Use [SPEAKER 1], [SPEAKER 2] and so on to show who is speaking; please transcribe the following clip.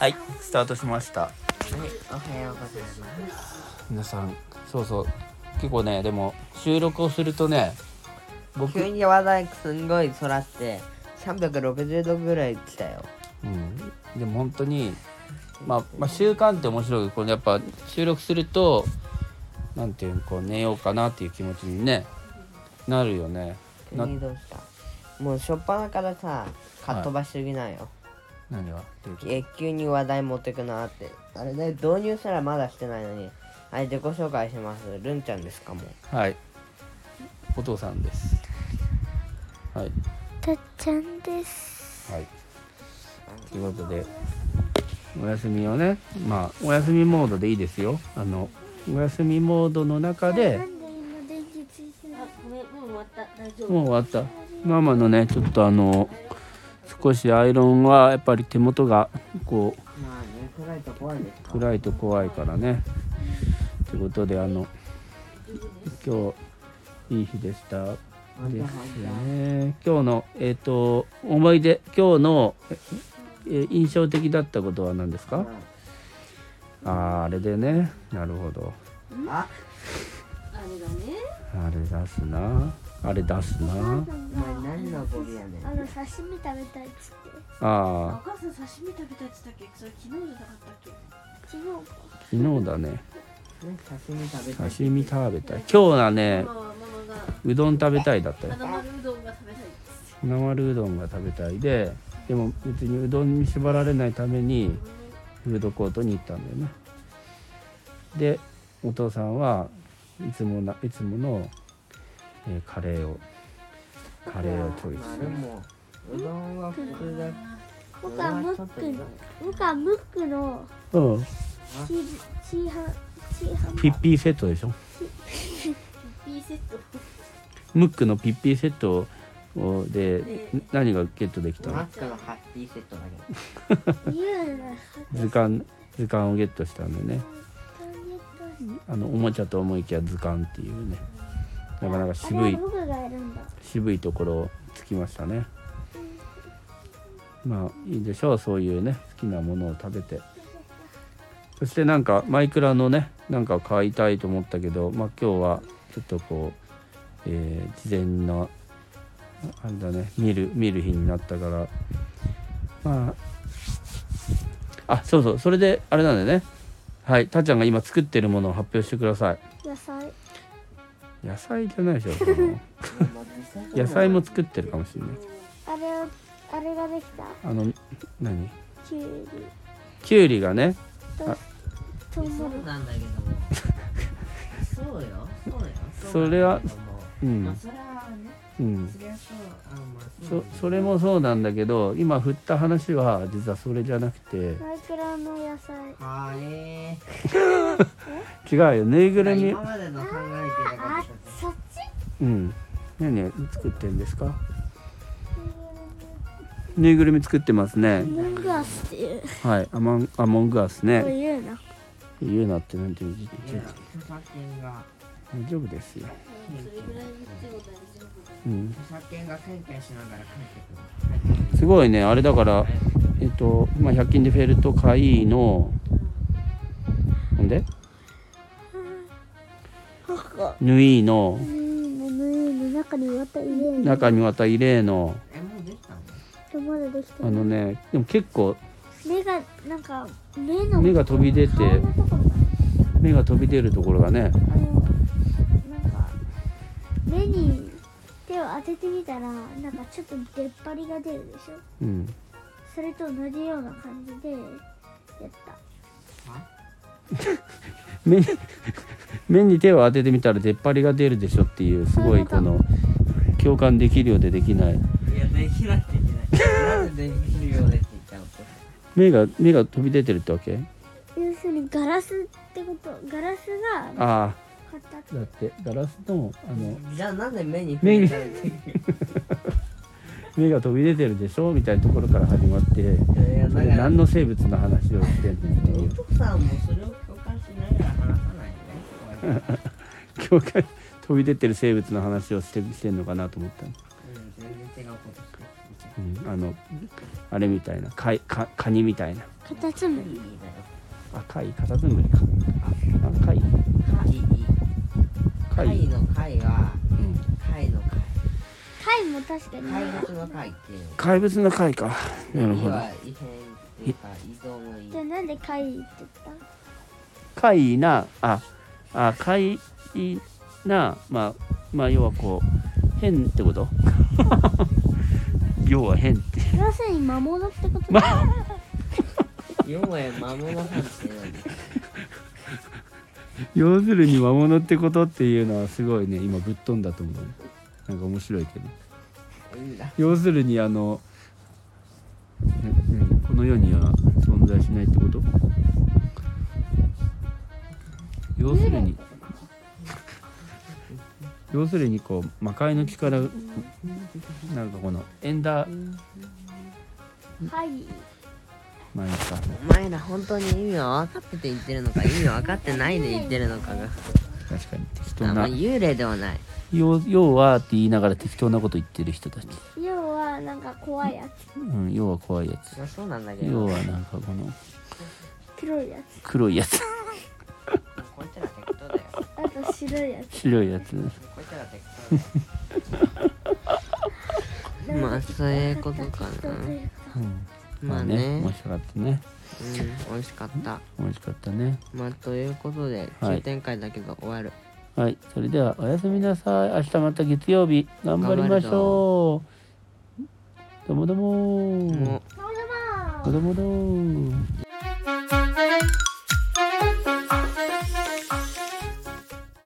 [SPEAKER 1] はい、スタートしました。
[SPEAKER 2] はい、おはようございます。
[SPEAKER 1] 皆さん、そうそう。結構ね、でも収録をするとね、僕、
[SPEAKER 2] 急に話題すんごいそらって、360度ぐらい来たよ。
[SPEAKER 1] うん、でも本当に、まあ、まあ、習慣って面白い。このやっぱ収録すると、なんていうのこう寝ようかなっていう気持ちにね、なるよね。
[SPEAKER 2] 急
[SPEAKER 1] な
[SPEAKER 2] にどうしたもう初っ端からさ、かっ飛ばしすぎないよ。
[SPEAKER 1] 何が？どういうこと
[SPEAKER 2] え急に話題持ってくなって。あれね、導入すらまだしてないのに。はい、自己紹介します。るんちゃんですか、もう。
[SPEAKER 1] はい。お父さんです。はい。
[SPEAKER 3] たっちゃんです。
[SPEAKER 1] はい。ということで、お休みをね、まあ、お休みモードでいいですよ。あの、お休みモードの中で
[SPEAKER 3] な、んで今電気ついてない。
[SPEAKER 4] ごめん、もう終わった。大丈夫。
[SPEAKER 1] もう終わった。ママのね、ちょっとあの、少しアイロンはやっぱり手元がこう
[SPEAKER 2] まあね、暗いと怖いです
[SPEAKER 1] 暗いと怖いからね。ということであの今日いい日でした。ですよね。今日のえっ、と思い出今日のええ印象的だったことは何ですか？あーあれでね。なるほど。
[SPEAKER 2] あ、
[SPEAKER 4] あれだね。
[SPEAKER 1] あれ出すな。あれ出すな。
[SPEAKER 2] お前何のゴミやねん
[SPEAKER 3] あ。の刺身食べたいっつって。
[SPEAKER 4] お
[SPEAKER 1] ああ
[SPEAKER 4] 母さん刺身食べたいって言ったっけそれ昨日じゃなかったっけ
[SPEAKER 3] 昨日か。
[SPEAKER 1] 昨日だね。
[SPEAKER 2] ね、刺身食べたい。
[SPEAKER 1] 刺身食べたい。今日は
[SPEAKER 4] マ
[SPEAKER 1] ね
[SPEAKER 4] マはママが
[SPEAKER 1] うどん食べたいだったよ。
[SPEAKER 4] 花丸うどんが食べたいって
[SPEAKER 1] 生ルうどんが食べたいででも別にうどんに縛られないためにフードコートに行ったんだよねでお父さんはいつもないつもの、えーカレーをカレーをチョイ
[SPEAKER 2] まあでも、うどんは普通だ
[SPEAKER 3] 僕はムックの、僕はムックの
[SPEAKER 1] スうん
[SPEAKER 3] チーズ、チーハン、チーハンバーガー。
[SPEAKER 1] ピッピーセットでしょ
[SPEAKER 4] ピーセット。
[SPEAKER 1] ムックのピッピーセットをで
[SPEAKER 4] ね
[SPEAKER 1] 何がゲットできた
[SPEAKER 2] マッ
[SPEAKER 1] の
[SPEAKER 2] クのハッピーセットだけど。
[SPEAKER 3] 言うな。
[SPEAKER 1] 図鑑図鑑をゲットしたんでね
[SPEAKER 3] あ
[SPEAKER 1] あのおもちゃと思いきや図鑑っていうねなかなか渋
[SPEAKER 3] れ
[SPEAKER 1] い
[SPEAKER 3] は僕がやるんだ。
[SPEAKER 1] 渋いところをつきましたねまあいいでしょうそういうね好きなものを食べてそしてなんかマイクラのねなんか買いたいと思ったけどまあ今日はちょっとこう、えー事前のあれだね見る見る日になったからまああそうそうそれであれなんだよねはいたっちゃんが今作ってるものを発表してください
[SPEAKER 3] 野菜。
[SPEAKER 1] 野菜じゃないでしょその
[SPEAKER 2] まあ実際
[SPEAKER 1] 野菜も作ってるかもしれない
[SPEAKER 3] あれを、あれができた。
[SPEAKER 1] あの何
[SPEAKER 3] きゅうり。
[SPEAKER 1] きゅうりがね
[SPEAKER 3] と
[SPEAKER 1] あ、
[SPEAKER 3] とう
[SPEAKER 2] そ
[SPEAKER 3] もろ
[SPEAKER 2] うなんだけども。そうよ、そうよ。
[SPEAKER 1] それは
[SPEAKER 2] そうなん
[SPEAKER 1] うん
[SPEAKER 2] だけどもまあそれはね、
[SPEAKER 1] うん
[SPEAKER 2] そりゃそう、あのまあそう
[SPEAKER 1] そそれもそうなんだけど今振った話は実はそれじゃなくて
[SPEAKER 3] マイクラの野菜。
[SPEAKER 2] はーい。
[SPEAKER 1] 違うよぬいぐるみ
[SPEAKER 2] 今までの考えてなか
[SPEAKER 3] あ
[SPEAKER 2] ったこと、
[SPEAKER 3] そっち。
[SPEAKER 1] うん何作ってんですかぬいぐるみ作ってますね
[SPEAKER 3] モンガースっていう。
[SPEAKER 1] はいアマンアモングアス
[SPEAKER 3] これ
[SPEAKER 1] ね
[SPEAKER 3] 言うな。
[SPEAKER 1] 言うなってなんて言う
[SPEAKER 2] いや、著作権が、
[SPEAKER 1] 大丈夫ですよ
[SPEAKER 4] うんそれぐらいにしても大丈夫だよ。
[SPEAKER 1] うん
[SPEAKER 2] 著作権がケンケンしながら書いてくる。書いてくる
[SPEAKER 1] すごいねあれだからえっとまあ100均でフェルト買いのほんで縫いの
[SPEAKER 3] 縫いの縫いの中にまた入れるの。
[SPEAKER 1] 中にまた異例の
[SPEAKER 2] え、もうできたの
[SPEAKER 3] まだできて
[SPEAKER 1] あの
[SPEAKER 3] ない。
[SPEAKER 1] ねでも結構
[SPEAKER 3] 目がなんか目の
[SPEAKER 1] 目が飛び出て
[SPEAKER 3] 顔のところが
[SPEAKER 1] 目が飛び出るところがね
[SPEAKER 3] あのなんか目に手を当ててみたらなんかちょっと出っ張りが出るでしょ。
[SPEAKER 1] うん
[SPEAKER 3] それと同じような感じでやった。
[SPEAKER 1] 目に 目に手を当ててみたら出っ張りが出るでしょっていうすごいこの共感できるようでできない
[SPEAKER 2] いや、できないといけない。なんでできるようでって言ったの
[SPEAKER 1] 目が目が飛び出てるってわけ
[SPEAKER 3] 要するにガラスってことガラスが
[SPEAKER 1] ああ
[SPEAKER 3] 形
[SPEAKER 1] だってガラスのあの
[SPEAKER 2] じゃあなんで目に
[SPEAKER 1] 目に
[SPEAKER 2] 触れたの
[SPEAKER 1] 目が飛び出てるでしょみたいなところから始まって
[SPEAKER 2] いや
[SPEAKER 1] それ何の生物の話をしてんのっていう
[SPEAKER 2] お父さんもそれを共感しながら話さないでね。
[SPEAKER 1] 教会飛び出てる生物の話をしてしてんのかなと思ったの
[SPEAKER 2] うん全然違うことして
[SPEAKER 1] うん、あのあれみたいなカイカカニみたいな
[SPEAKER 3] カタツム
[SPEAKER 2] いい
[SPEAKER 3] リ
[SPEAKER 2] だよ
[SPEAKER 1] 赤いカタツムリかあ赤い
[SPEAKER 2] いいいい
[SPEAKER 1] 貝
[SPEAKER 2] 貝の貝は
[SPEAKER 1] うん
[SPEAKER 2] 貝の貝
[SPEAKER 3] 貝も確かに
[SPEAKER 2] 怪物の貝っていう
[SPEAKER 1] 怪物の貝かなる
[SPEAKER 2] の
[SPEAKER 1] ほ
[SPEAKER 2] 貝
[SPEAKER 1] ど
[SPEAKER 2] は異変っていうか異常の異
[SPEAKER 3] じゃあなんで貝って言った
[SPEAKER 1] 貝なああ貝なまあまあ要はこう変ってこと 要は変って
[SPEAKER 3] 要するに魔物ってこと
[SPEAKER 1] ま
[SPEAKER 2] 4枚魔物なんてなんだ
[SPEAKER 1] 要するに魔物ってことっていうのはすごいね今ぶっ飛んだと思うなんか面白いけど
[SPEAKER 2] うんだ
[SPEAKER 1] 要するにあの、ねうんこの世には存在しないってこと要するに要するにこう魔界の力なんかこのエンダー
[SPEAKER 3] 貝
[SPEAKER 1] マイか
[SPEAKER 2] お前ら本当に意味は分かってて言ってるのか意味分かってないで言ってるのかが
[SPEAKER 1] 確かに適当
[SPEAKER 2] あんま
[SPEAKER 1] な
[SPEAKER 2] 幽霊ではない
[SPEAKER 1] 要要はって言いながら適当なこと言ってる人たち、
[SPEAKER 3] 要はなんか怖いやつ
[SPEAKER 1] うん、要は怖いやつ
[SPEAKER 2] まあそうなんだけ
[SPEAKER 1] 要
[SPEAKER 2] ど
[SPEAKER 1] はなんかこの
[SPEAKER 3] 黒いや
[SPEAKER 1] 黒いやつ
[SPEAKER 2] こいつら適当だよこ
[SPEAKER 3] つあと白いや
[SPEAKER 1] 白いやつ
[SPEAKER 2] いつら適当だよ
[SPEAKER 3] つなんか
[SPEAKER 2] まあそういうことかな
[SPEAKER 3] 適当というか
[SPEAKER 1] うん
[SPEAKER 2] まあね
[SPEAKER 1] 面白かったね
[SPEAKER 2] うん美味しかった
[SPEAKER 1] 美味しかったね
[SPEAKER 2] まあということで
[SPEAKER 1] はい
[SPEAKER 2] 急展開だけど終わる
[SPEAKER 1] はい、それではおやすみなさい。明日また月曜日頑張りましょう。どうもどうも。
[SPEAKER 2] もう
[SPEAKER 3] ど
[SPEAKER 1] どう
[SPEAKER 3] うもどうも
[SPEAKER 1] もどうも。